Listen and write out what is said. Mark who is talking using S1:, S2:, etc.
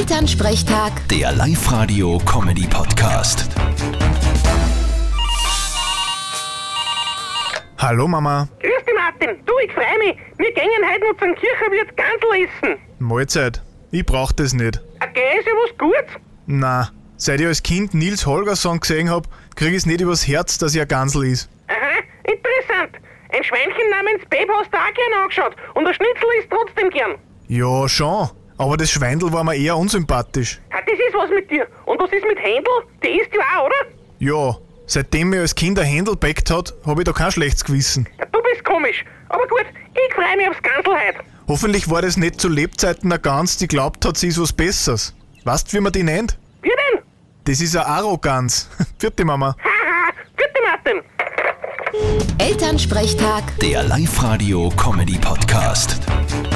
S1: Elternsprechtag,
S2: Der Live-Radio-Comedy-Podcast.
S3: Hallo Mama,
S4: Grüß dich, Martin. Du, ich freue mich. Wir gingen heute noch zum Kirchenwirt Gandl essen.
S3: Mahlzeit. Ich brauch das nicht.
S4: Okay, ist ja was Gutes.
S3: Na, seit ich als Kind Nils Holgersson gesehen hab, krieg ich's nicht übers Herz, dass er Gansel ist.
S4: Aha, interessant. Ein Schweinchen namens Babe hast du auch gern angeschaut und ein Schnitzel ist trotzdem gern.
S3: Ja, schon, aber das Schweindel war mir eher unsympathisch.
S4: Ha, das ist was mit dir. Und was ist mit Händel? Die isst ja auch, oder?
S3: Ja, seitdem mir als Kind ein Händel backt hat, hab ich da kein schlechtes Gewissen.
S4: Ja, du bist komisch. Aber gut, ich freue mich aufs Gandl heute.
S3: Hoffentlich war das nicht zu Lebzeiten eine Gans, die glaubt hat, sie ist was Besseres. Weißt, wie man die nennt?
S4: Wie denn?
S3: Das ist eine Arroganz. Vierte Mama.
S4: Haha, bitte, Martin.
S1: Elternsprechtag.
S2: Der Live-Radio-Comedy-Podcast.